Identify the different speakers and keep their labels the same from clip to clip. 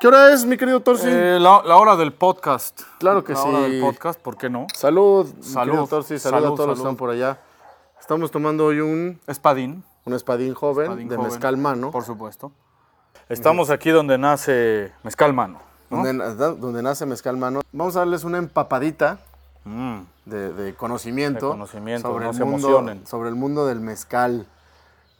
Speaker 1: ¿Qué hora es, mi querido Torsi?
Speaker 2: Eh, la, la hora del podcast.
Speaker 1: Claro que
Speaker 2: La hora
Speaker 1: sí.
Speaker 2: del podcast, ¿por qué no?
Speaker 1: Salud,
Speaker 2: Salud.
Speaker 1: salud, Torsi, salud, a
Speaker 2: Salud,
Speaker 1: todos los que
Speaker 2: salud.
Speaker 1: están por allá. Estamos tomando hoy un,
Speaker 2: Espadín.
Speaker 1: un espadín joven
Speaker 2: espadín
Speaker 1: de
Speaker 2: joven,
Speaker 1: mezcal mano,
Speaker 2: Por supuesto. Estamos aquí donde nace mezcal mano. ¿no?
Speaker 1: donde, na- da- donde nace mezcal mano. Vamos a darles una empapadita
Speaker 2: Mm.
Speaker 1: de, de conocimiento,
Speaker 2: De conocimiento,
Speaker 1: sobre,
Speaker 2: no
Speaker 1: el
Speaker 2: se
Speaker 1: mundo,
Speaker 2: emocionen.
Speaker 1: sobre el mundo del mezcal.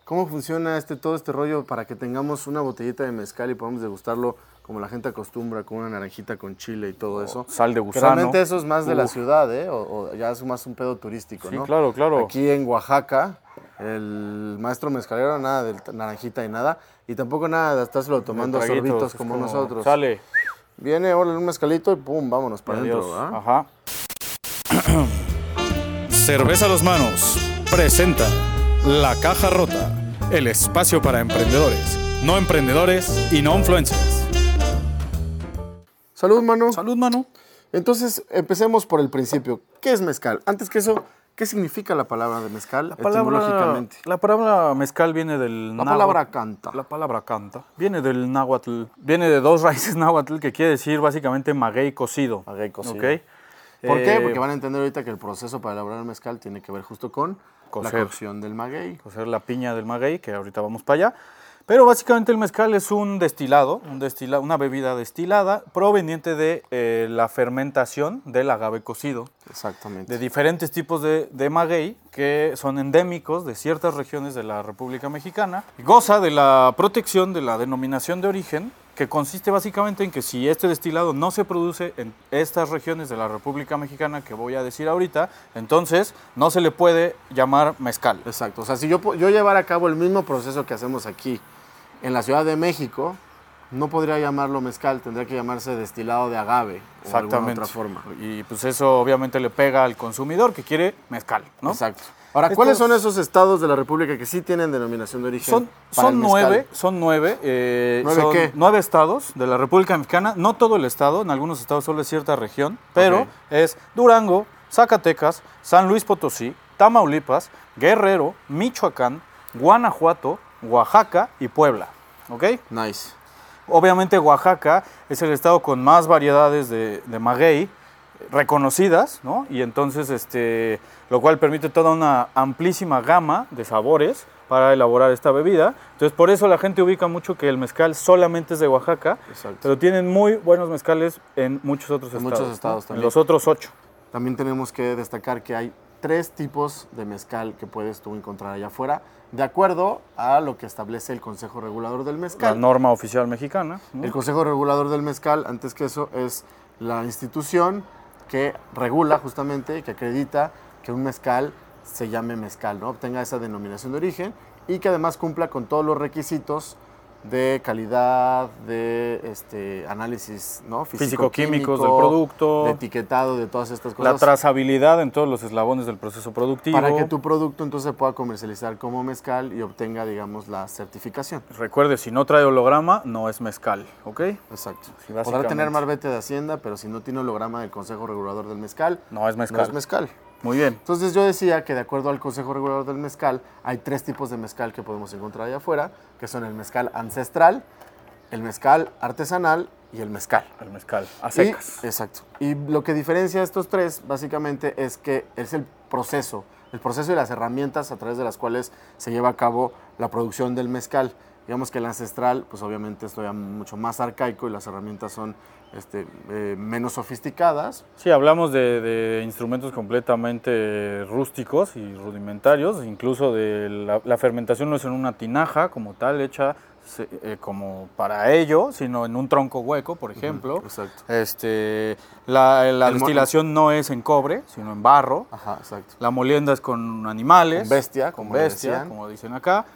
Speaker 1: ¿Cómo funciona este, todo este rollo para que tengamos una botellita de mezcal y podamos degustarlo como la gente acostumbra, con una naranjita con chile y todo eso?
Speaker 2: sal de
Speaker 1: Que
Speaker 2: gusano.
Speaker 1: Realmente eso es más de la
Speaker 2: Uf.
Speaker 1: ciudad, ¿eh? O, o ya es más un pedo turístico,
Speaker 2: Sí,
Speaker 1: ¿no?
Speaker 2: claro, claro.
Speaker 1: Aquí en Oaxaca, el maestro mezcalero nada de naranjita y nada, y tampoco nada de estárselo tomando a
Speaker 2: Traguitos,
Speaker 1: sorbitos
Speaker 2: es
Speaker 1: como, nosotros.
Speaker 2: Sale.
Speaker 1: Viene ahora un mezcalito y pum, vámonos para
Speaker 2: Adiós.
Speaker 1: adentro, ¿verdad?
Speaker 2: Ajá. Cerveza a los manos presenta La Caja Rota, el espacio para emprendedores, no emprendedores y no influencers.
Speaker 1: Salud, mano.
Speaker 2: Salud, mano.
Speaker 1: Entonces, empecemos por el principio. ¿Qué es mezcal? Antes que eso, ¿qué significa la palabra de mezcal etimológicamente?
Speaker 2: la palabra mezcal viene del
Speaker 1: La
Speaker 2: náhuatl.
Speaker 1: palabra canta.
Speaker 2: La palabra canta viene del náhuatl, viene de dos raíces náhuatl que quiere decir básicamente maguey cocido.
Speaker 1: Maguey cocido.
Speaker 2: ¿ok?
Speaker 1: ¿Por qué?
Speaker 2: Eh,
Speaker 1: Porque van a entender ahorita que el proceso para elaborar el mezcal tiene que ver justo con la
Speaker 2: Cocer.
Speaker 1: cocción del maguey.
Speaker 2: cocer la piña del maguey, que ahorita vamos para allá. Pero básicamente el mezcal es un destilado, un destila- una bebida destilada proveniente de eh, la fermentación del agave cocido,
Speaker 1: Exactamente.
Speaker 2: de diferentes tipos de, de maguey que son endémicos de ciertas regiones de la República Mexicana. Goza de la protección de la denominación de origen, que consiste básicamente en que si este destilado no se produce en estas regiones de la República Mexicana que voy a decir ahorita, entonces no se le puede llamar mezcal.
Speaker 1: Exacto. O sea, si yo, po- yo llevara a cabo el mismo proceso que hacemos aquí en la Ciudad de México, no podría llamarlo mezcal, tendría que llamarse destilado de agave o alguna otra forma.
Speaker 2: Y pues eso obviamente le pega al consumidor que quiere mezcal, ¿no?
Speaker 1: Exacto. Ahora,
Speaker 2: Estos-
Speaker 1: ¿cuáles son esos estados de la República que sí tienen denominación de origen?
Speaker 2: Son,
Speaker 1: para
Speaker 2: son
Speaker 1: el mezcal?
Speaker 2: nueve, son nueve, eh,
Speaker 1: ¿Nueve
Speaker 2: son
Speaker 1: qué?
Speaker 2: nueve estados de la República Mexicana, no todo el estado, en algunos estados solo es cierta región, pero
Speaker 1: Ok.
Speaker 2: es Durango, Zacatecas, San Luis Potosí, Tamaulipas, Guerrero, Michoacán, Guanajuato, Oaxaca y Puebla, ¿ok?
Speaker 1: Nice.
Speaker 2: Obviamente Oaxaca es el estado con más variedades de, de maguey reconocidas, ¿no? Y entonces, este, lo cual permite toda una amplísima gama de sabores para elaborar esta bebida. Entonces, por eso la gente ubica mucho que el mezcal solamente es de Oaxaca,
Speaker 1: Exacto.
Speaker 2: pero tienen muy buenos mezcales en muchos otros
Speaker 1: En
Speaker 2: estados.
Speaker 1: muchos estados
Speaker 2: ¿no?
Speaker 1: también.
Speaker 2: En los otros ocho.
Speaker 1: También tenemos que destacar que hay tres tipos de mezcal que puedes tú encontrar allá afuera, de acuerdo a lo que establece el Consejo Regulador del
Speaker 2: La
Speaker 1: Mezcal.
Speaker 2: norma oficial mexicana. ¿no?
Speaker 1: El Consejo Regulador del Mezcal, antes que eso, es la institución que regula justamente, que acredita que un mezcal se llame mezcal, ¿no? obtenga esa denominación de origen y que además cumpla con todos los requisitos de calidad, de este, análisis ¿no? Fisicoquímico,
Speaker 2: Físico-químicos del producto.
Speaker 1: de etiquetado, de todas estas
Speaker 2: La
Speaker 1: cosas.
Speaker 2: trazabilidad en todos los eslabones del proceso productivo.
Speaker 1: para que tu producto entonces se pueda comercializar como mezcal y obtenga, digamos, la certificación.
Speaker 2: Recuerde, si no trae holograma, no es mezcal, ¿ok?
Speaker 1: Exacto.
Speaker 2: Sí,
Speaker 1: Podrá tener
Speaker 2: básicamente.
Speaker 1: marbete de Hacienda, pero si no tiene holograma del Consejo Regulador del Mezcal,
Speaker 2: No es mezcal. Muy bien.
Speaker 1: Entonces yo decía que de acuerdo al Consejo Regulador del Mezcal, hay tres tipos de mezcal que podemos encontrar allá afuera, que son el mezcal ancestral, el mezcal artesanal y el mezcal.
Speaker 2: El mezcal. A
Speaker 1: Y-
Speaker 2: secas.
Speaker 1: exacto. Y lo que diferencia a estos tres básicamente es que es el proceso, el proceso y las herramientas a través de las cuales se lleva a cabo la producción del mezcal. Digamos que el ancestral, pues obviamente es todavía mucho más arcaico y las herramientas son este, eh, menos sofisticadas.
Speaker 2: Sí, hablamos de, de instrumentos completamente rústicos y rudimentarios, incluso de la, la fermentación no es en una tinaja como tal, hecha se- eh, como para ello, sino en un tronco hueco, por ejemplo.
Speaker 1: exacto.
Speaker 2: Este, la la
Speaker 1: El mo-
Speaker 2: destilación no es en cobre, sino en barro.
Speaker 1: Ajá, exacto.
Speaker 2: La molienda es con animales.
Speaker 1: Con bestia, como le
Speaker 2: bestia,
Speaker 1: decían.
Speaker 2: como dicen acá.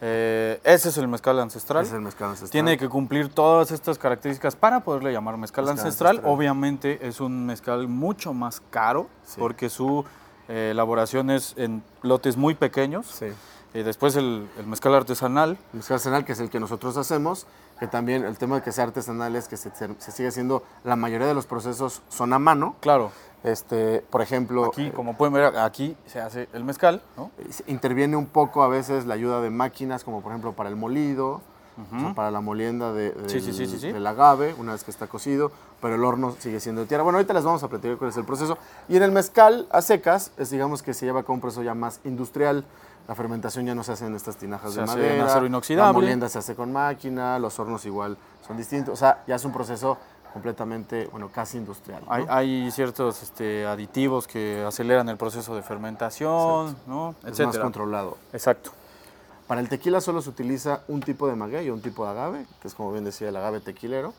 Speaker 2: Eh, ese es el mezcal ancestral.
Speaker 1: Es el mezcal ancestral.
Speaker 2: Tiene que cumplir todas estas características para poderle llamar mezcal,
Speaker 1: Mezcal
Speaker 2: ancestral.
Speaker 1: ancestral.
Speaker 2: Obviamente es un mezcal mucho más caro
Speaker 1: Sí.
Speaker 2: porque su eh, elaboración es en lotes muy pequeños.
Speaker 1: Sí.
Speaker 2: Eh, después el, el mezcal artesanal.
Speaker 1: mezcal artesanal, que es el que nosotros hacemos, que también el tema de que sea artesanal es que se, se sigue haciendo, la mayoría de los procesos son a mano.
Speaker 2: Claro,
Speaker 1: Este, por ejemplo,
Speaker 2: aquí como pueden ver, aquí se hace el mezcal, ¿no?
Speaker 1: eh, interviene un poco a veces la ayuda de máquinas, como por ejemplo para el molido, o sea, para la molienda de- del-
Speaker 2: Sí, sí, sí, sí, sí.
Speaker 1: del agave, una vez que está cocido, pero el horno sigue siendo de tierra. Bueno, ahorita les vamos a platicar cuál es el proceso. Y en el mezcal a secas, es, digamos que se lleva con un proceso ya más industrial. La fermentación ya no se hace en estas tinajas
Speaker 2: Se
Speaker 1: de
Speaker 2: hace en
Speaker 1: madera.
Speaker 2: acero inoxidable.
Speaker 1: La molienda se hace con máquina, los hornos igual son distintos. O sea, ya es un proceso completamente, bueno, casi industrial. ¿no?
Speaker 2: Hay, hay ciertos este, aditivos que aceleran el proceso de fermentación, ¿no?
Speaker 1: es más
Speaker 2: Etcétera.
Speaker 1: controlado.
Speaker 2: Exacto.
Speaker 1: Para el tequila solo se utiliza un tipo de maguey y un tipo de agave, que es como bien decía el agave tequilero.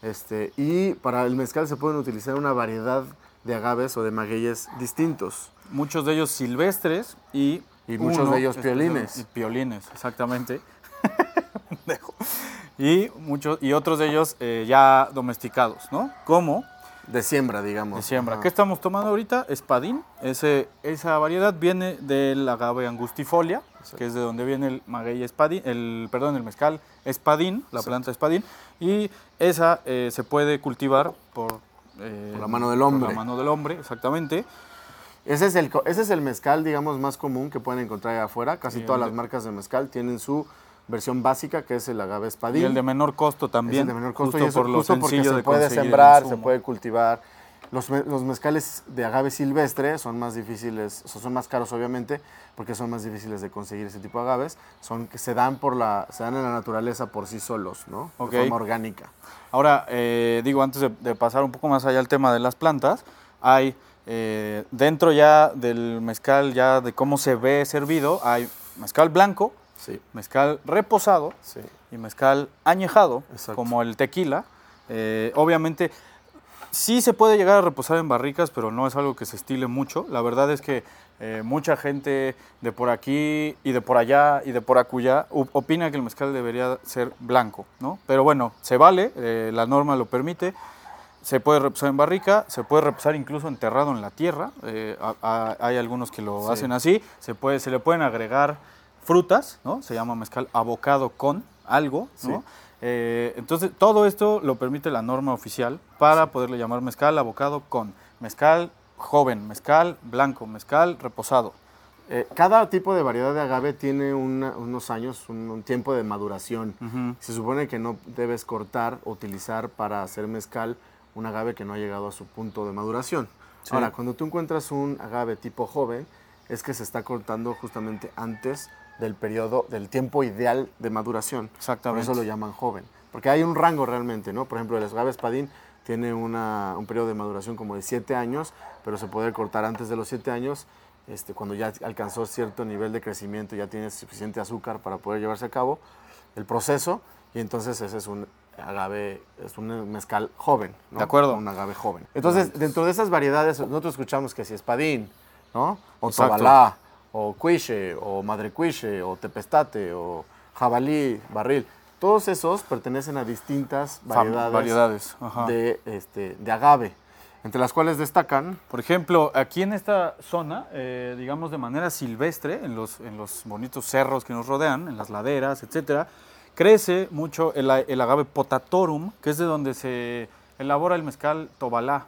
Speaker 1: Este, y para el mezcal se pueden utilizar una variedad de agaves o de magueyes distintos.
Speaker 2: Muchos de ellos silvestres y...
Speaker 1: Y muchos
Speaker 2: uno
Speaker 1: de ellos
Speaker 2: especial-
Speaker 1: piolines.
Speaker 2: y piolines, exactamente. Pendejo. y, muchos, y otros de ellos eh, ya domesticados, ¿no? Como
Speaker 1: De siembra, digamos.
Speaker 2: de siembra.
Speaker 1: Ajá.
Speaker 2: ¿Qué estamos tomando ahorita? Espadín. Ese, esa variedad viene del agave angustifolia, que es de donde viene el maguey espadín, el, perdón, el mezcal espadín, la planta espadín. Y esa eh, se puede cultivar por, eh,
Speaker 1: Por la mano del
Speaker 2: Por
Speaker 1: hombre.
Speaker 2: la mano del hombre, exactamente.
Speaker 1: Ese es, el, co- ese es el mezcal, digamos, más común que pueden encontrar allá afuera. Casi
Speaker 2: Y
Speaker 1: todas
Speaker 2: el
Speaker 1: las
Speaker 2: de-
Speaker 1: marcas de mezcal tienen su versión básica, que es el agave
Speaker 2: Y
Speaker 1: espadín.
Speaker 2: el de menor costo
Speaker 1: Es
Speaker 2: también.
Speaker 1: el de menor costo
Speaker 2: justo
Speaker 1: y eso
Speaker 2: por lo
Speaker 1: justo porque
Speaker 2: sencillo
Speaker 1: se
Speaker 2: de
Speaker 1: puede
Speaker 2: conseguir el
Speaker 1: sembrar, se
Speaker 2: insumo.
Speaker 1: puede cultivar. Los, me- los mezcales de agave silvestre son más difíciles, o sea, son más caros obviamente, porque son más difíciles de conseguir ese tipo de agaves, son que se dan por la se dan en la naturaleza por sí solos, ¿no?
Speaker 2: Ok.
Speaker 1: De forma orgánica.
Speaker 2: Ahora, eh, digo, antes de, de pasar un poco más allá al tema de las plantas, hay eh, dentro ya del mezcal, ya de cómo se ve servido, hay mezcal blanco,
Speaker 1: Sí,
Speaker 2: mezcal reposado
Speaker 1: sí.
Speaker 2: y mezcal añejado,
Speaker 1: Exacto.
Speaker 2: como el tequila. Eh, obviamente, sí se puede llegar a reposar en barricas, pero no es algo que se estile mucho. La verdad es que eh, mucha gente de por aquí y de por allá y de por acullá u- opina que el mezcal debería ser blanco, ¿no? Pero bueno, se vale, eh, la norma lo permite. Se puede reposar en barrica, se puede reposar incluso enterrado en la tierra. eh, a- a- hay algunos que lo
Speaker 1: Sí.
Speaker 2: hacen así. Se, puede, se le pueden agregar frutas, ¿no? Se llama mezcal abocado con algo, ¿no?
Speaker 1: Sí.
Speaker 2: Eh, entonces, todo esto lo permite la norma oficial para poderle llamar mezcal abocado con mezcal joven, mezcal blanco, mezcal reposado.
Speaker 1: Eh, cada tipo de variedad de agave tiene una- unos años, un, un tiempo de maduración. Se supone que no debes cortar o utilizar para hacer mezcal un agave que no ha llegado a su punto de maduración.
Speaker 2: Sí.
Speaker 1: Ahora, cuando tú encuentras un agave tipo joven, es que se está cortando justamente antes del periodo, del tiempo ideal de maduración. Por
Speaker 2: Exactamente.
Speaker 1: eso lo llaman joven. Porque hay un rango realmente, ¿no? Por ejemplo, el agave espadín tiene una- un periodo de maduración como de 7 años, pero se puede cortar antes de los 7 años, este, cuando ya alcanzó cierto nivel de crecimiento, ya tiene suficiente azúcar para poder llevarse a cabo el proceso, y entonces ese es un agave, es un mezcal joven, ¿no?
Speaker 2: De acuerdo.
Speaker 1: Un agave joven. Entonces, dentro de esas variedades, nosotros escuchamos que si espadín, ¿no? O
Speaker 2: Exacto.
Speaker 1: tobalá, o cuiche, o madre cuiche, o tepestate, o jabalí, barril. Todos esos pertenecen a distintas
Speaker 2: Fam-
Speaker 1: variedades,
Speaker 2: variedades, ajá.
Speaker 1: De, este, de agave, entre las cuales destacan
Speaker 2: Por ejemplo, aquí en esta zona, eh, digamos de manera silvestre, en los, en los bonitos cerros que nos rodean, en las laderas, etcétera, crece mucho el, a- el agave potatorum, que es de donde se elabora el mezcal tobalá.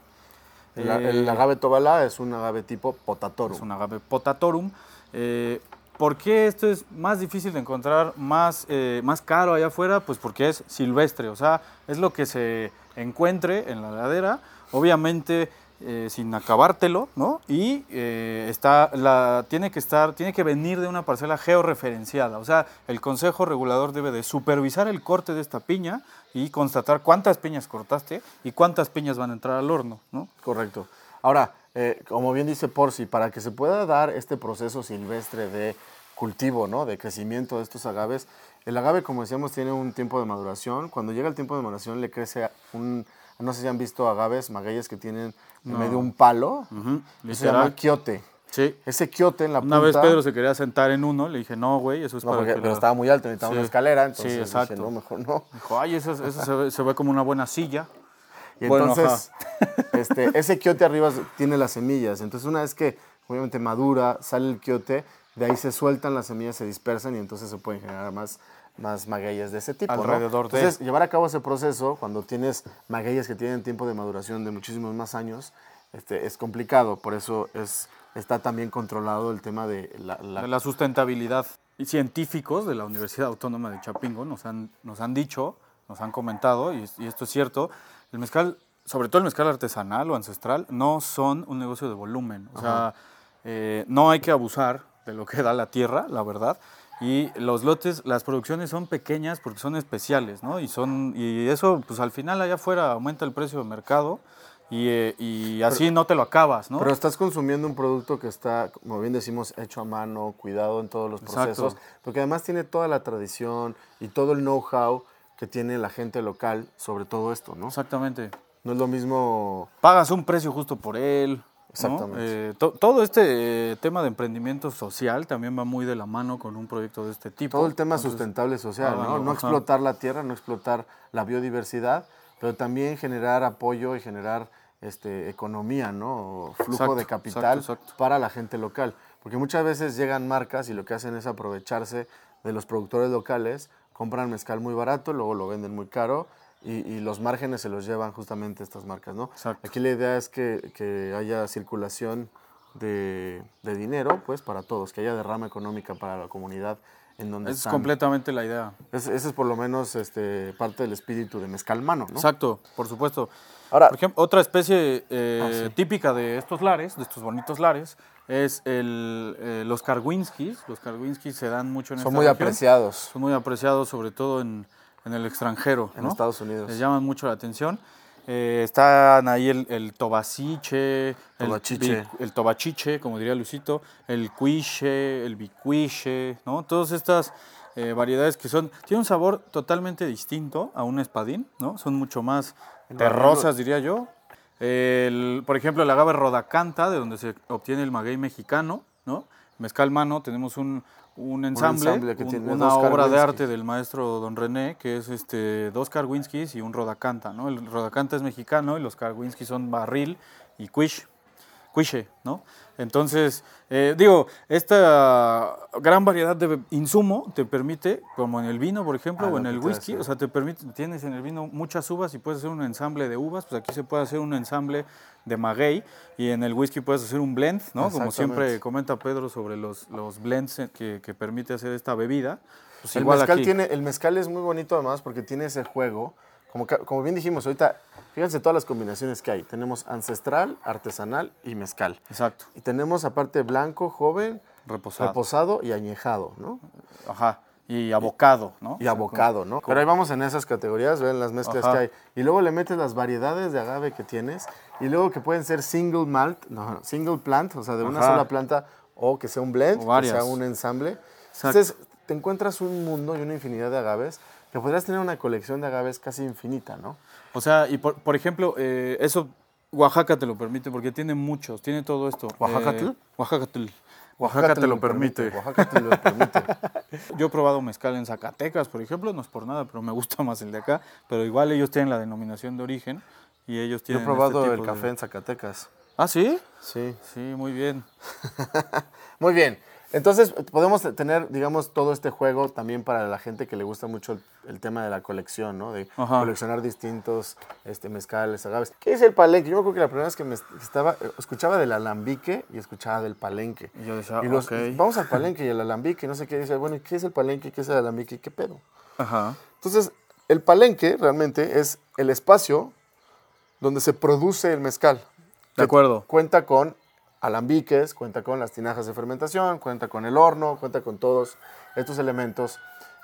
Speaker 1: el,
Speaker 2: Eh,
Speaker 1: el agave tobalá, es un agave tipo potatorum.
Speaker 2: es un agave potatorum. Eh, ¿Por qué esto es más difícil de encontrar, más, eh, más caro allá afuera? Pues porque es silvestre, o sea, es lo que se encuentre en la ladera, obviamente eh, sin acabártelo, ¿no? Y eh, está, la, tiene, que estar, tiene que venir de una parcela georreferenciada, o sea, el Consejo Regulador debe de supervisar el corte de esta piña y constatar cuántas piñas cortaste y cuántas piñas van a entrar al horno, ¿no?
Speaker 1: Correcto. Ahora, eh, como bien dice Porci, para que se pueda dar este proceso silvestre de cultivo, ¿no? de crecimiento de estos agaves, el agave, como decíamos, tiene un tiempo de maduración. Cuando llega el tiempo de maduración, le crece a un. No sé si han visto agaves, magueyes que tienen en medio un palo. Eso se
Speaker 2: literal.
Speaker 1: llama quiote.
Speaker 2: Sí.
Speaker 1: Ese quiote en la
Speaker 2: Una vez
Speaker 1: punta-
Speaker 2: Pedro se quería sentar en uno, le dije, no, güey, eso es
Speaker 1: No,
Speaker 2: para
Speaker 1: porque-
Speaker 2: que
Speaker 1: pero
Speaker 2: la-".
Speaker 1: estaba muy alto, necesitaba
Speaker 2: Sí.
Speaker 1: una escalera,
Speaker 2: Sí,
Speaker 1: entonces dije,
Speaker 2: exacto.
Speaker 1: no, mejor no.
Speaker 2: Dijo, ay, eso, es- eso se, ve, se ve como una buena silla.
Speaker 1: Y
Speaker 2: Bueno,
Speaker 1: entonces, este, ese quiote arriba s- tiene las semillas. Entonces, una vez que obviamente madura, sale el quiote, de ahí se sueltan las semillas, se dispersan y entonces se pueden generar más, más magueyas de ese tipo. ¿no?
Speaker 2: Alrededor de-
Speaker 1: Entonces, llevar a cabo ese proceso, cuando tienes magueyas que tienen tiempo de maduración de muchísimos más años, este, es complicado. Por eso es, está también controlado el tema de la, la-
Speaker 2: De la sustentabilidad. y científicos de la Universidad Autónoma de Chapingo nos han, nos han dicho, nos han comentado, y, y esto es cierto, el mezcal, sobre todo el mezcal artesanal o ancestral, no son un negocio de volumen. O sea, eh, no hay que abusar de lo que da la tierra, la verdad. Y los lotes, las producciones son pequeñas porque son especiales, ¿no? Y, son, y eso, pues al final allá afuera aumenta el precio de mercado y, eh, y así no te lo acabas, ¿no?
Speaker 1: Pero estás consumiendo un producto que está, como bien decimos, hecho a mano, cuidado en todos los
Speaker 2: Exacto.
Speaker 1: procesos, porque además tiene toda la tradición y todo el know-how que tiene la gente local sobre todo esto, ¿no?
Speaker 2: Exactamente.
Speaker 1: No es lo mismo
Speaker 2: pagas un precio justo por él. ¿no?
Speaker 1: Exactamente.
Speaker 2: Eh, to- todo este eh, tema de emprendimiento social también va muy de la mano con un proyecto de este tipo.
Speaker 1: todo el tema
Speaker 2: Entonces,
Speaker 1: sustentable social,
Speaker 2: ah,
Speaker 1: ¿no?
Speaker 2: bueno,
Speaker 1: No
Speaker 2: ajá.
Speaker 1: explotar la tierra, no explotar la biodiversidad, pero también generar apoyo y generar este, economía, ¿no? O Flujo
Speaker 2: Exacto,
Speaker 1: de capital
Speaker 2: exacto, exacto.
Speaker 1: para la gente local. Porque muchas veces llegan marcas y lo que hacen es aprovecharse de los productores locales, compran mezcal muy barato, luego lo venden muy caro y, y los márgenes se los llevan justamente estas marcas, ¿no?
Speaker 2: Exacto.
Speaker 1: Aquí la idea es que, que haya circulación de, de dinero, pues, para todos, que haya derrama económica para la comunidad en donde
Speaker 2: esa es
Speaker 1: están.
Speaker 2: completamente la idea.
Speaker 1: Es- ese es por lo menos este, parte del espíritu de Mezcalmano, ¿no?
Speaker 2: Exacto, por supuesto.
Speaker 1: Ahora-
Speaker 2: por ejemplo, otra especie eh,
Speaker 1: Ah, sí.
Speaker 2: típica de estos lares, de estos bonitos lares, es el, eh, los carwinskis. Los carwinskis se dan mucho en
Speaker 1: Son
Speaker 2: esta
Speaker 1: muy
Speaker 2: región.
Speaker 1: apreciados.
Speaker 2: Son muy apreciados, sobre todo en, en el extranjero.
Speaker 1: En
Speaker 2: ¿no?
Speaker 1: Estados Unidos.
Speaker 2: Les llaman mucho la atención. Eh, están ahí el, el tobaciche,
Speaker 1: Tobachiche.
Speaker 2: El, bi- el tobachiche, como diría Lucito, el cuiche, el bicuiche, ¿no? Todas estas eh, variedades que son. Tienen un sabor totalmente distinto a un espadín, ¿no? Son mucho más terrosas, diría yo. El- por ejemplo, el agave rodacanta, de donde se obtiene el maguey mexicano, ¿no? Mezcal mano, tenemos un, un ensamble,
Speaker 1: ensamble que
Speaker 2: un-
Speaker 1: tiene
Speaker 2: una
Speaker 1: dos
Speaker 2: obra de
Speaker 1: Karwinskis.
Speaker 2: arte del maestro Don René, que es este, dos Karwinskis y un Rodacanta, ¿no? El Rodacanta es mexicano y los Karwinskis son Barril y Quiche, Quiche, ¿no? Entonces, eh, digo, esta gran variedad de insumo te permite, como en el vino, por ejemplo,
Speaker 1: Ah,
Speaker 2: o
Speaker 1: lo
Speaker 2: en
Speaker 1: que
Speaker 2: el
Speaker 1: te iba a
Speaker 2: whisky,
Speaker 1: decir.
Speaker 2: o sea, te permite, tienes en el vino muchas uvas y puedes hacer un ensamble de uvas, pues aquí se puede hacer un ensamble de maguey y en el whisky puedes hacer un blend, ¿no? Como siempre
Speaker 1: Exactamente.
Speaker 2: comenta Pedro sobre los, los blends en- que, que permite hacer esta bebida. Pues
Speaker 1: el,
Speaker 2: igual
Speaker 1: mezcal
Speaker 2: aquí.
Speaker 1: tiene, el mezcal es muy bonito además porque tiene ese juego. Como, ca- como bien dijimos ahorita, fíjense todas las combinaciones que hay. Tenemos ancestral, artesanal y mezcal.
Speaker 2: Exacto,
Speaker 1: Y tenemos aparte blanco, joven,
Speaker 2: reposado.
Speaker 1: reposado y añejado, ¿no?
Speaker 2: Ajá. Y abocado, ¿no?
Speaker 1: Y abocado, ¿no? Pero ahí vamos en esas categorías, ven las mezclas
Speaker 2: Ajá.
Speaker 1: que hay. Y luego le metes las variedades de agave que tienes. Y luego que pueden ser single malt, no, no, single plant, o sea, de una
Speaker 2: Ajá.
Speaker 1: sola planta, o que sea un blend,
Speaker 2: O
Speaker 1: que
Speaker 2: varias.
Speaker 1: sea un ensamble.
Speaker 2: Exacto.
Speaker 1: Entonces, te encuentras un mundo y una infinidad de agaves que podrías tener una colección de agaves casi infinita, ¿no?
Speaker 2: O sea, y por, por ejemplo, eh, eso Oaxaca te lo permite porque tiene muchos, tiene todo esto.
Speaker 1: ¿Oaxacatl?
Speaker 2: Eh, Oaxacatl. Oaxaca te lo permite.
Speaker 1: Oaxaca te lo permite.
Speaker 2: Yo he probado mezcal en Zacatecas, por ejemplo, no es por nada, pero me gusta más el de acá. Pero igual ellos tienen la denominación de origen y ellos
Speaker 1: Yo he
Speaker 2: tienen. este
Speaker 1: probado
Speaker 2: tipo
Speaker 1: el
Speaker 2: de-
Speaker 1: café en Zacatecas.
Speaker 2: ¿Ah, sí?
Speaker 1: Sí.
Speaker 2: Sí, muy bien.
Speaker 1: Muy bien. Entonces, podemos tener, digamos, todo este juego también para la gente que le gusta mucho el, el tema de la colección, ¿no? De
Speaker 2: Ajá.
Speaker 1: coleccionar distintos este, mezcales, agaves. ¿Qué es el palenque? Yo me acuerdo que la primera vez que me estaba, eh, escuchaba del alambique y escuchaba del palenque.
Speaker 2: Y yo decía,
Speaker 1: los-
Speaker 2: ok.
Speaker 1: Vamos al palenque y el alambique, no sé qué. Dice, bueno, ¿y ¿qué es el palenque? ¿Qué es el alambique? ¿Qué pedo?
Speaker 2: Ajá.
Speaker 1: Entonces, el palenque realmente es el espacio donde se produce el mezcal.
Speaker 2: De acuerdo.
Speaker 1: Cuenta con alambiques, cuenta con las tinajas de fermentación, cuenta con el horno, cuenta con todos estos elementos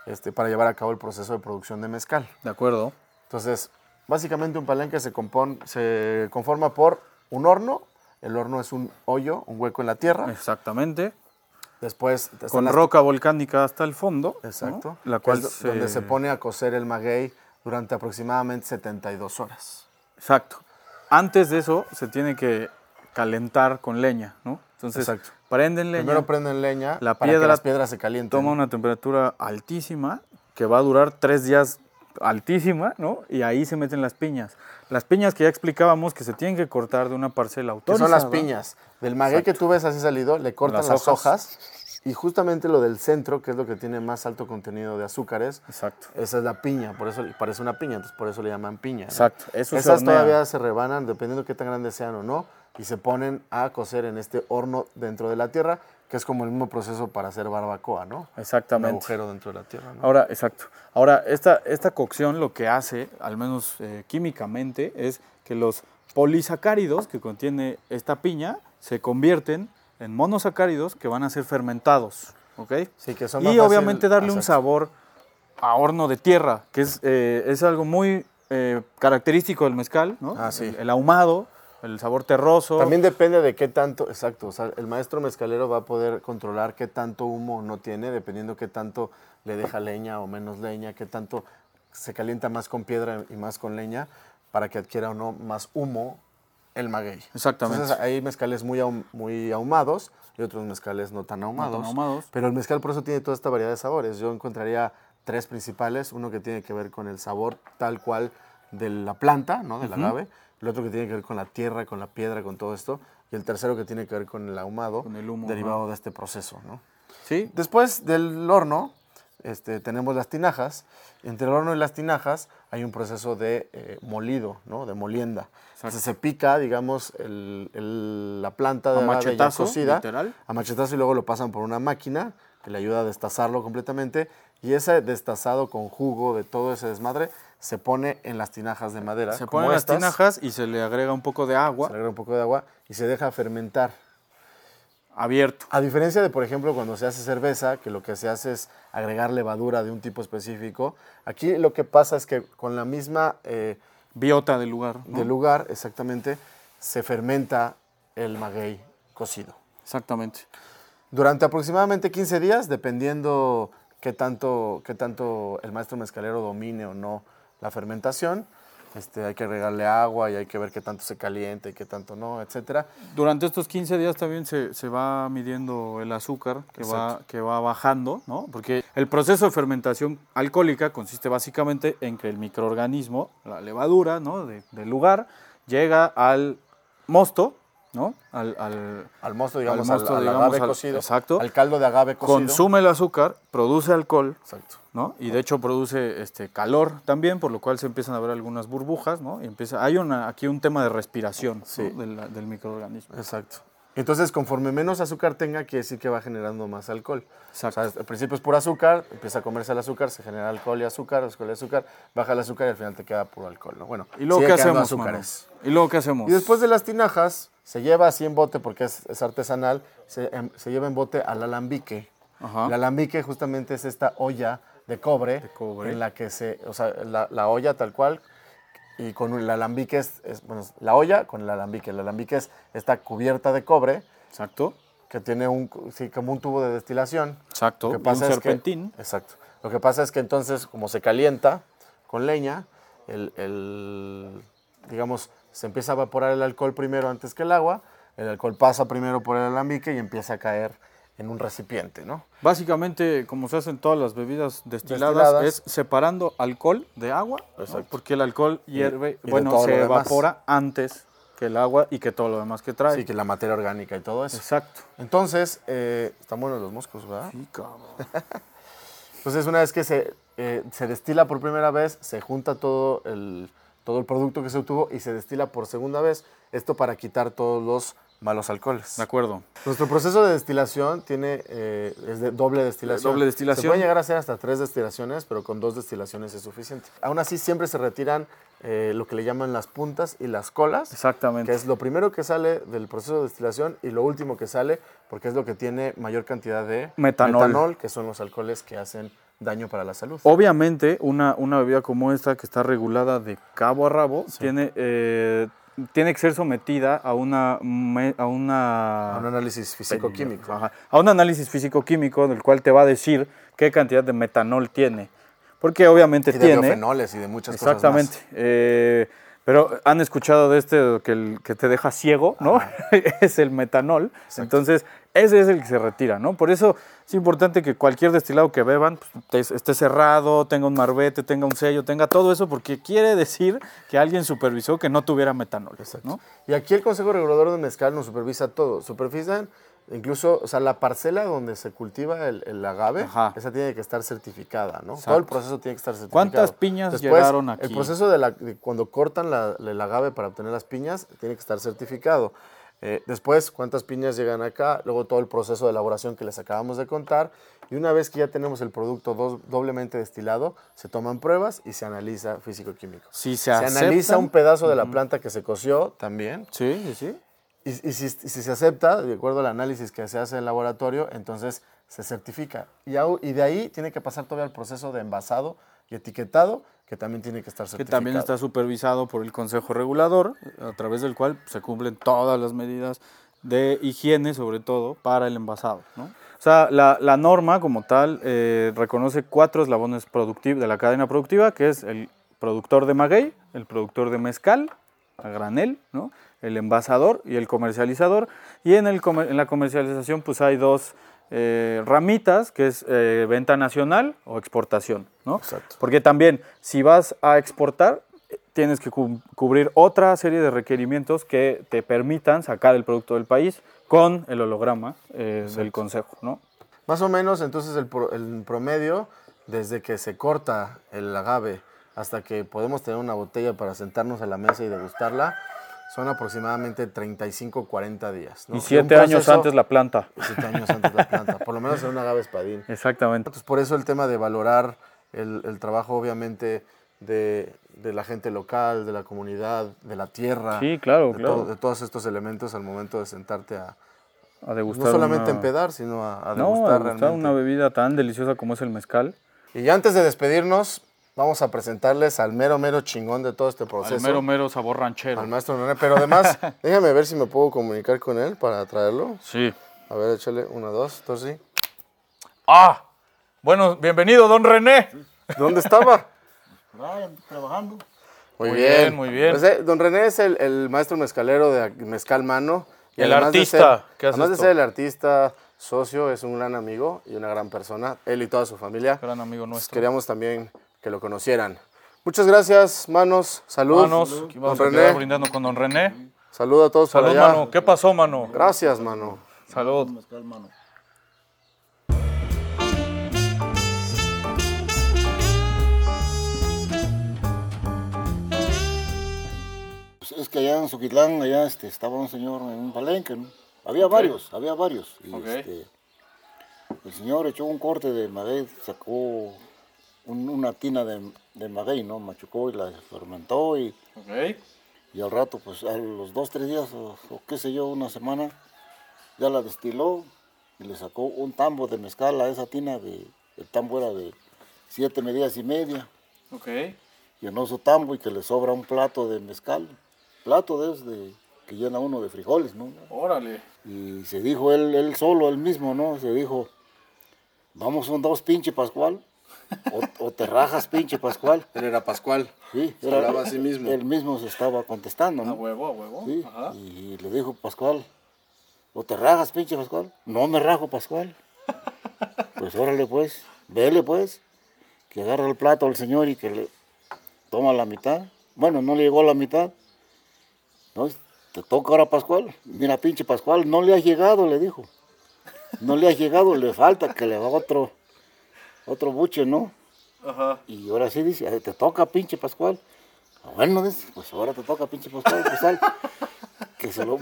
Speaker 1: este, para llevar a cabo el proceso de producción de mezcal.
Speaker 2: De acuerdo.
Speaker 1: Entonces, básicamente un palenque se, compon- se conforma por un horno, el horno es un hoyo, un hueco en la tierra,
Speaker 2: Exactamente.
Speaker 1: después están
Speaker 2: Eh, Con
Speaker 1: las-
Speaker 2: roca volcánica hasta el fondo. ¿no?
Speaker 1: Exacto.
Speaker 2: La
Speaker 1: que
Speaker 2: cual
Speaker 1: es do- donde se pone a cocer el maguey durante aproximadamente 72 horas.
Speaker 2: Exacto. Antes de eso se tiene que calentar con leña, ¿no? Entonces
Speaker 1: Exacto.
Speaker 2: prenden leña,
Speaker 1: Primero prenden leña
Speaker 2: La
Speaker 1: para que
Speaker 2: piedra
Speaker 1: las piedras se calienten.
Speaker 2: toma una temperatura altísima que va a durar tres días altísima, ¿no? Y ahí se meten las piñas. Las piñas que ya explicábamos que se tienen que cortar de una parcela
Speaker 1: que
Speaker 2: autorizada.
Speaker 1: son las piñas. Del maguey que tú ves así salido, le cortan
Speaker 2: Las
Speaker 1: las,
Speaker 2: hojas.
Speaker 1: hojas. y justamente lo del centro, que es lo que tiene más alto contenido de azúcares,
Speaker 2: Exacto.
Speaker 1: esa es la piña, por eso parece una piña, entonces por eso le llaman piña. ¿no?
Speaker 2: Exacto, eso se
Speaker 1: Esas
Speaker 2: hornea.
Speaker 1: todavía se rebanan dependiendo de qué tan grandes sean o no. y se ponen a cocer en este horno dentro de la tierra, que es como el mismo proceso para hacer barbacoa, ¿no? Un
Speaker 2: Exactamente.
Speaker 1: agujero dentro de la tierra, ¿no?
Speaker 2: Ahora, exacto. Ahora, esta, esta cocción lo que hace, al menos eh, químicamente, es que los polisacáridos que contiene esta piña se convierten en monosacáridos que van a ser fermentados. ¿Ok?
Speaker 1: Sí, que son más
Speaker 2: Y
Speaker 1: fácil-
Speaker 2: obviamente darle un
Speaker 1: exacto.
Speaker 2: sabor a horno de tierra, que es, eh, es algo muy eh, característico del mezcal, ¿no?
Speaker 1: Ah, sí.
Speaker 2: El, el ahumado, el sabor terroso.
Speaker 1: También depende de qué tanto, exacto, o sea, el maestro mezcalero va a poder controlar qué tanto humo no tiene, dependiendo qué tanto le deja leña o menos leña, qué tanto se calienta más con piedra y más con leña, para que adquiera o no más humo el maguey.
Speaker 2: Exactamente.
Speaker 1: Entonces hay mezcales muy, ahum- muy ahumados y otros mezcales no tan ahumados.
Speaker 2: ahumados.
Speaker 1: Pero el mezcal por eso tiene toda esta variedad de sabores. Yo encontraría tres principales, uno que tiene que ver con el sabor tal cual de la planta, ¿no? del agave, el otro que tiene que ver con la tierra, con la piedra, con todo esto, y el tercero que tiene que ver con el ahumado,
Speaker 2: Con el humo,
Speaker 1: derivado de este proceso. ¿no?
Speaker 2: Sí,
Speaker 1: Después del horno, este, tenemos las tinajas. Entre el horno y las tinajas hay un proceso de eh, molido, ¿no? de molienda. Entonces se pica, digamos, el- el- la planta de
Speaker 2: A
Speaker 1: agave ya
Speaker 2: machetazo,
Speaker 1: cocida.
Speaker 2: literal.
Speaker 1: A machetazo y luego lo pasan por una máquina que le ayuda a destazarlo completamente. Y ese destazado con jugo de todo ese desmadre se pone en las tinajas de madera.
Speaker 2: se
Speaker 1: como
Speaker 2: ponen las
Speaker 1: estas.
Speaker 2: tinajas y se le agrega un poco de
Speaker 1: Se
Speaker 2: agua
Speaker 1: le agrega un poco de agua y se deja fermentar.
Speaker 2: abierto.
Speaker 1: A diferencia de, por ejemplo, cuando se hace cerveza, que lo que se hace es agregar levadura de un tipo específico, aquí lo que pasa es que con la misma eh,
Speaker 2: Biota del lugar. ¿no?
Speaker 1: de lugar, exactamente, se fermenta el maguey cocido.
Speaker 2: Exactamente.
Speaker 1: Durante aproximadamente 15 días, dependiendo qué tanto, qué tanto el maestro mezcalero domine o no la fermentación, este, hay que agregarle agua y hay que ver qué tanto se calienta y qué tanto no, etcétera.
Speaker 2: Durante estos 15 días también se, se va midiendo el azúcar que va, que va bajando, ¿no? Porque el proceso de fermentación alcohólica consiste básicamente en que el microorganismo, la levadura, ¿no? De- del lugar, llega al mosto, ¿no? Al, al-
Speaker 1: Al mosto, digamos, al,
Speaker 2: mosto,
Speaker 1: al
Speaker 2: digamos,
Speaker 1: agave
Speaker 2: al-
Speaker 1: cocido,
Speaker 2: exacto.
Speaker 1: al caldo de agave cocido.
Speaker 2: consume el azúcar, produce alcohol,
Speaker 1: Exacto.
Speaker 2: ¿no? Y de hecho produce este calor también, por lo cual se empiezan a ver algunas burbujas, ¿no? Y empieza, hay una, aquí un tema de respiración ¿no? del, del microorganismo.
Speaker 1: Exacto. Entonces, conforme menos azúcar tenga, quiere decir que va generando más alcohol.
Speaker 2: Exacto.
Speaker 1: O sea, al principio es puro azúcar, empieza a comerse el azúcar, se genera alcohol y azúcar, alcohol y azúcar, baja el azúcar y al final te queda puro alcohol, ¿no? Bueno,
Speaker 2: ¿Y luego
Speaker 1: sigue
Speaker 2: qué
Speaker 1: quedando
Speaker 2: hacemos?
Speaker 1: Azúcares.
Speaker 2: mano? ¿Y luego qué hacemos?
Speaker 1: Y después de las tinajas, se lleva así en bote, porque es, es artesanal, se, em, se lleva en bote al alambique.
Speaker 2: Ajá.
Speaker 1: El alambique justamente es esta olla de cobre,
Speaker 2: cobre.
Speaker 1: en la que se, o sea, la, la olla tal cual, y con el alambique es, es- bueno, es la olla con el alambique. El alambique es esta cubierta de cobre
Speaker 2: Exacto.
Speaker 1: que tiene un, cu- sí, como un tubo de destilación.
Speaker 2: Exacto,
Speaker 1: Lo que
Speaker 2: y
Speaker 1: pasa
Speaker 2: un
Speaker 1: es que-
Speaker 2: serpentín.
Speaker 1: exacto. Lo que pasa es que entonces, como se calienta con leña, el, el- digamos, se empieza a evaporar el alcohol primero antes que el agua, el alcohol pasa primero por el alambique y empieza a caer en un recipiente, ¿no?
Speaker 2: Básicamente, como se hacen todas las bebidas destiladas,
Speaker 1: Destiladas.
Speaker 2: es separando alcohol de agua, ¿no? porque el alcohol hierve,
Speaker 1: y de
Speaker 2: bueno,
Speaker 1: todo
Speaker 2: se
Speaker 1: lo demás.
Speaker 2: evapora antes que el agua y que todo lo demás que trae.
Speaker 1: Así que la materia orgánica y todo eso.
Speaker 2: Exacto.
Speaker 1: Entonces, eh, están buenos los moscos, ¿verdad?
Speaker 2: Sí, cabrón.
Speaker 1: Entonces, una vez que se, eh, se destila por primera vez, se junta todo el, todo el producto que se obtuvo y se destila por segunda vez. Esto para quitar todos los malos alcoholes.
Speaker 2: De acuerdo.
Speaker 1: Nuestro proceso de destilación tiene, eh, es de doble destilación.
Speaker 2: Doble destilación.
Speaker 1: Se pueden llegar a hacer hasta tres destilaciones, pero con dos destilaciones es suficiente. Aún así, siempre se retiran eh, lo que le llaman las puntas y las colas.
Speaker 2: Exactamente.
Speaker 1: Que es lo primero que sale del proceso de destilación y lo último que sale, porque es lo que tiene mayor cantidad de
Speaker 2: Metanol. Oh.
Speaker 1: que son los alcoholes que hacen daño para la salud.
Speaker 2: Obviamente, una, una bebida como esta, que está regulada de cabo a rabo, tiene, eh, tiene que ser sometida a una, me- a una
Speaker 1: Un análisis físico-químico.
Speaker 2: Ajá. A un análisis físico-químico del cual te va a decir qué cantidad de metanol tiene. Porque obviamente
Speaker 1: Y de
Speaker 2: tiene.
Speaker 1: biofenoles y de muchas
Speaker 2: Exactamente.
Speaker 1: cosas
Speaker 2: Eh, pero han escuchado de este que, el, que te deja ciego, ¿no? es el metanol. Entonces, ese es el que se retira, ¿no? Por eso es importante que cualquier destilado que beban pues, te- esté cerrado, tenga un marbete, tenga un sello, tenga todo eso, porque quiere decir que alguien supervisó que no tuviera metanol, ¿no?
Speaker 1: más. Y aquí el Consejo Regulador de Mezcal nos supervisa todo. Supervisan incluso, o sea, la parcela donde se cultiva el, el agave,
Speaker 2: Ajá.
Speaker 1: esa tiene que estar certificada, ¿no? Todo el proceso tiene que estar certificado.
Speaker 2: ¿Cuántas piñas llegaron aquí?
Speaker 1: El proceso de, la- de cuando cortan la- el agave para obtener las piñas tiene que estar certificado. Eh, después, cuántas piñas llegan acá, luego todo el proceso de elaboración que les acabamos de contar. Y una vez que ya tenemos el producto do- doblemente destilado, se toman pruebas y se analiza físico-químico.
Speaker 2: Si se,
Speaker 1: Se analiza
Speaker 2: aceptan-
Speaker 1: un pedazo de la planta que se coció también.
Speaker 2: Sí, sí, sí.
Speaker 1: Y, y si, y si se acepta, de acuerdo al análisis que se hace en au- y entonces se certifica. Y, au- y de ahí tiene que pasar todavía el proceso de envasado y etiquetado, que también tiene que estar
Speaker 2: Que
Speaker 1: certificado.
Speaker 2: también está supervisado por el Consejo Regulador, a través del cual se cumplen todas las medidas de higiene, sobre todo para el envasado. ¿no? O sea, la, la norma como tal eh, reconoce cuatro eslabones productiv- de la cadena productiva, que es el productor de maguey, el productor de mezcal, a granel, ¿no? el envasador y el comercializador. Y en, el comer- en la comercialización pues hay dos eh, ramitas, que es eh, venta nacional o exportación. ¿no?
Speaker 1: Exacto.
Speaker 2: Porque también, si vas a exportar, eh, tienes que cu- cubrir otra serie de requerimientos que te permitan sacar el producto del país con el holograma eh, del consejo, ¿no?
Speaker 1: Más o menos, entonces, el, pro- el promedio, desde que se corta el agave hasta que podemos tener una botella para sentarnos a la mesa y degustarla, son aproximadamente 35-40 días. ¿no?
Speaker 2: Y
Speaker 1: un
Speaker 2: siete años
Speaker 1: proceso-
Speaker 2: antes la planta.
Speaker 1: y siete años antes la planta, por lo menos en un agave espadín.
Speaker 2: Exactamente.
Speaker 1: Entonces, por eso el tema de valorar el, el trabajo, obviamente, de, de la gente local, de la comunidad, de la tierra.
Speaker 2: Sí, claro,
Speaker 1: de,
Speaker 2: claro.
Speaker 1: todo- de todos estos elementos al momento de sentarte a,
Speaker 2: A degustar
Speaker 1: no solamente
Speaker 2: una-
Speaker 1: empedar, sino a, a
Speaker 2: No,
Speaker 1: degustar
Speaker 2: a degustar
Speaker 1: realmente.
Speaker 2: una bebida tan deliciosa como es el mezcal.
Speaker 1: Y ya antes de despedirnos, vamos a presentarles al mero, mero chingón de todo este proceso.
Speaker 2: El mero, mero sabor ranchero.
Speaker 1: Al maestro None. Pero además, déjame ver si me puedo comunicar con él para traerlo.
Speaker 2: Sí.
Speaker 1: A ver, échale una, dos, dos, sí.
Speaker 2: ¡Ah! Bueno, bienvenido, don René.
Speaker 1: ¿Dónde estaba?
Speaker 3: trabajando.
Speaker 1: Muy,
Speaker 2: Muy
Speaker 1: bien.
Speaker 2: bien, muy bien.
Speaker 1: Pues, eh, don René es el, el maestro mezcalero de Mezcal Mano. y
Speaker 2: El
Speaker 1: además de
Speaker 2: artista
Speaker 1: ser-
Speaker 2: que hace
Speaker 1: Además
Speaker 2: esto.
Speaker 1: de ser el artista socio, es un gran amigo y una gran persona. Él y toda su familia. Pues,
Speaker 2: Gran amigo nuestro.
Speaker 1: Queríamos también que lo conocieran. Muchas gracias, manos. Salud.
Speaker 2: Manos, aquí vamos
Speaker 1: Don
Speaker 2: a quedar
Speaker 1: René.
Speaker 2: brindando con don René.
Speaker 1: Salud a todos
Speaker 2: Salud,
Speaker 1: por allá.
Speaker 2: mano. ¿Qué pasó, mano?
Speaker 1: Gracias, mano.
Speaker 2: Salud.
Speaker 3: Mezcal, mano. Pues es que allá en Zuquitlán, allá este, estaba un señor en un palenque, ¿no? Había varios, había varios. Y,
Speaker 2: Ok.
Speaker 3: este, el señor echó un corte de maguey, sacó un- una tina de, de maguey, ¿no? Machucó y la fermentó y...
Speaker 2: Ok.
Speaker 3: Y al rato, pues a los dos, tres días o, o qué sé yo, una semana, ya la destiló y le sacó un tambo de mezcal a esa tina. De, el tambo era de siete medidas y media.
Speaker 2: Ok.
Speaker 3: Llenó su tambo y que le sobra un plato de mezcal. Plato de, esos de que llena uno de frijoles, ¿no?
Speaker 2: Órale.
Speaker 3: Y se dijo él, él solo, él mismo, ¿no? Se dijo, vamos un dos pinche Pascual. O, o te rajas pinche Pascual.
Speaker 1: Él era Pascual.
Speaker 3: Sí,
Speaker 1: Se hablaba a sí mismo.
Speaker 3: Él mismo se estaba contestando, ¿no?
Speaker 2: huevo, a huevo.
Speaker 3: Sí, y le dijo Pascual, ¿o te rajas, pinche Pascual? No me rajo, Pascual. pues órale, pues, vele, pues, que agarra el plato al señor y que le toma la mitad. Bueno, no le llegó la mitad. No, te toca ahora, Pascual. Mira, pinche Pascual, no le has llegado, le dijo. No le has llegado, le falta que le va otro, otro buche, ¿no?
Speaker 2: Ajá.
Speaker 3: Y ahora sí dice, "Ay, te toca, pinche Pascual. Ah, Bueno, dice, pues ahora te toca, pinche Pascual, pues sal. que se lo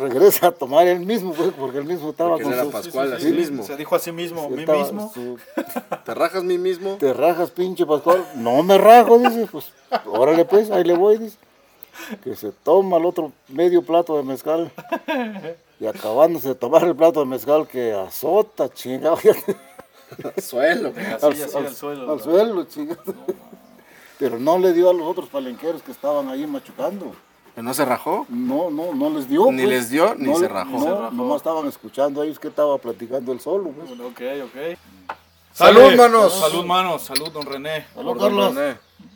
Speaker 3: regresa a tomar él mismo, pues, porque él mismo estaba
Speaker 1: Porque él era
Speaker 3: su-
Speaker 1: Pascual,
Speaker 3: sí,
Speaker 1: así
Speaker 3: sí,
Speaker 1: mismo.
Speaker 2: Se dijo a sí mismo,
Speaker 3: sí,
Speaker 2: mí
Speaker 3: estaba
Speaker 2: mismo.
Speaker 3: su-
Speaker 1: ¿Te rajas mí mismo?
Speaker 3: te rajas, pinche Pascual. No me rajo, dice, pues, órale pues, ahí le voy, dice. Que se toma el otro medio plato de mezcal. Y acabándose de tomar el plato de mezcal que azota, chingado.
Speaker 1: Suelo.
Speaker 2: Así, así al suelo.
Speaker 3: Al suelo, chingado. Pero no le dio a los otros palenqueros que estaban ahí machucando.
Speaker 1: ¿No se rajó?
Speaker 3: No, no, no les dio. pues.
Speaker 1: Ni les dio, ni
Speaker 3: No
Speaker 1: se
Speaker 3: le-
Speaker 1: rajó.
Speaker 3: No,
Speaker 1: Se
Speaker 3: nomás estaban escuchando a ellos que estaba platicando él solo. pues.
Speaker 2: Ok, ok.
Speaker 1: ¡Salud, manos!
Speaker 2: Salud, manos. Salud, don René.
Speaker 3: Salud, Carlos.
Speaker 1: René.